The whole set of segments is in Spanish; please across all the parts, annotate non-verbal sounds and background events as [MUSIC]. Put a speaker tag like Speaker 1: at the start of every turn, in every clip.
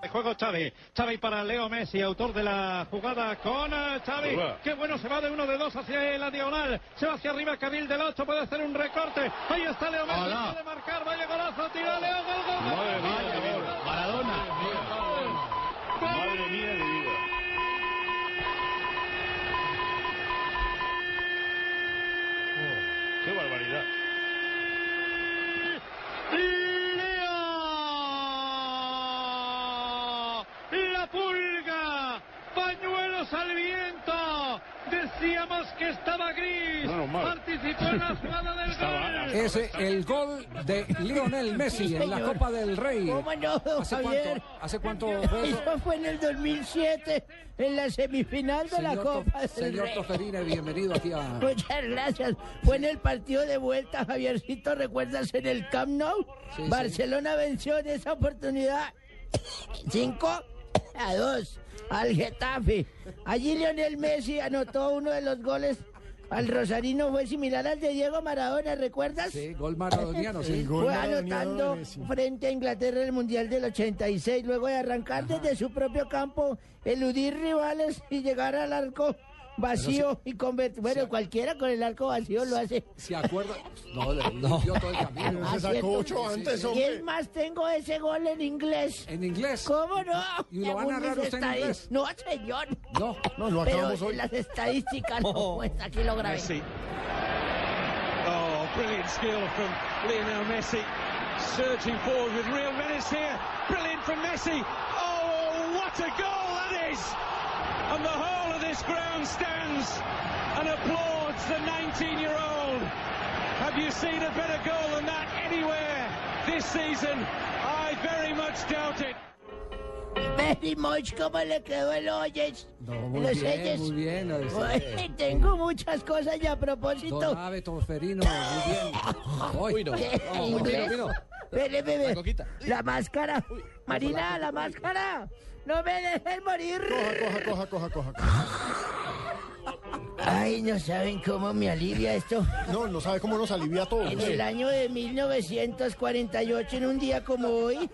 Speaker 1: El juego Xavi, Xavi para Leo Messi, autor de la jugada con eh, Xavi, qué bueno se va de uno de dos hacia la diagonal, se va hacia arriba Carril del 8, puede hacer un recorte, ahí está Leo Messi, puede marcar, vaya golazo, tira Leo, gol, gol, gol.
Speaker 2: Maradona. Madre mía de vida. Oh, qué barbaridad.
Speaker 1: ¡Leo! La pulga, pañuelos al viento, decíamos que estaba gris,
Speaker 2: Menos mal.
Speaker 1: participó en la jugada
Speaker 2: [LAUGHS]
Speaker 1: del gol.
Speaker 3: Es eh, el gol de Lionel Messi
Speaker 4: Sí,
Speaker 3: en la
Speaker 4: señor.
Speaker 3: Copa del Rey.
Speaker 4: ¿Cómo no, don
Speaker 3: ¿Hace
Speaker 4: Javier?
Speaker 3: cuánto, hace cuánto fue eso?
Speaker 4: Eso fue en el 2007, en la semifinal de la
Speaker 3: Señor, To-
Speaker 4: Copa del
Speaker 3: señor
Speaker 4: Rey. Pues,
Speaker 3: Toferina, bienvenido aquí a...
Speaker 4: Muchas gracias. Fue en el partido de vuelta, Javiercito, ¿recuerdas en el Camp Nou?
Speaker 3: Sí, sí.
Speaker 4: Barcelona venció en esa oportunidad 5 a 2 al Getafe. Allí Lionel Messi anotó uno de los goles. Al Rosarino fue similar al de Diego Maradona, ¿recuerdas?
Speaker 3: Sí, gol maradoniano, sí. Pues,
Speaker 4: Fue anotando frente a Inglaterra en el Mundial del 86, luego de arrancar desde su propio campo, eludir rivales y llegar al arco vacío y convertir. Bueno, cualquiera con el arco vacío lo hace. Ah,
Speaker 3: ¿Se acuerda? No, le limpió todo el camino.
Speaker 4: Así es,
Speaker 3: antes,
Speaker 4: y es más, tengo ese gol en inglés.
Speaker 3: En inglés.
Speaker 4: ¿Cómo no?
Speaker 3: ¿Y lo va a
Speaker 4: Según
Speaker 3: narrar
Speaker 4: mis
Speaker 3: usted en
Speaker 4: estadis-
Speaker 3: inglés?
Speaker 4: No, señor.
Speaker 3: No.
Speaker 4: No, lo Pero las estadísticas
Speaker 3: [LAUGHS] Oh.
Speaker 4: no, pues aquí lo grabé.
Speaker 5: Messi. Oh, brilliant skill from Lionel Messi. Surging forward with real menace here. Brilliant from Messi. Oh, what a goal that is! And the whole of this ground stands and applauds the 19 year old. Have you seen a better goal than that anywhere this season? I very much doubt it.
Speaker 4: Very much, ¿cómo le quedó el Oyes?
Speaker 3: No, muy
Speaker 4: Los
Speaker 3: bien,
Speaker 4: Oyes.
Speaker 3: muy bien. eh,
Speaker 4: Ay, tengo muchas cosas y a
Speaker 3: Don
Speaker 4: propósito.
Speaker 3: Ave Toferino, muy bien. Hoy.
Speaker 4: ¿Qué?
Speaker 3: Oh, vino,
Speaker 4: ¿Ves?
Speaker 3: vino.
Speaker 4: Vele, bebe.
Speaker 3: La coquita.
Speaker 4: La máscara. Marina, la máscara. No me dejes morir.
Speaker 6: Coja, coja, coja, coja.
Speaker 4: Ay, no saben cómo me alivia esto.
Speaker 6: No, no sabe cómo nos alivia todo.
Speaker 4: En el año de 1948, en un día como hoy,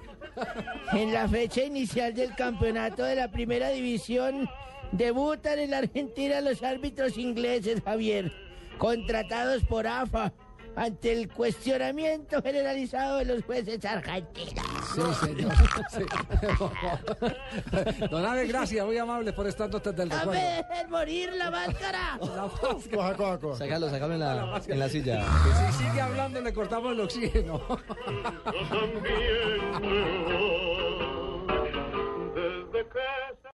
Speaker 4: en la fecha inicial del campeonato de la primera división, debutan en la Argentina los árbitros ingleses, Javier, contratados por AFA ante el cuestionamiento generalizado de los jueces argentinos.
Speaker 3: Sí, señor. Sí. Don Ave, gracias, muy amable por estas notas del
Speaker 4: ¡A
Speaker 3: recuerdo.
Speaker 4: ver, morir la máscara!
Speaker 3: La máscara.
Speaker 6: Coja, coja, coja.
Speaker 7: Sácalo, sácalo en la, en la silla.
Speaker 3: Si sigue hablando, le cortamos el oxígeno.
Speaker 2: Yo también me voy.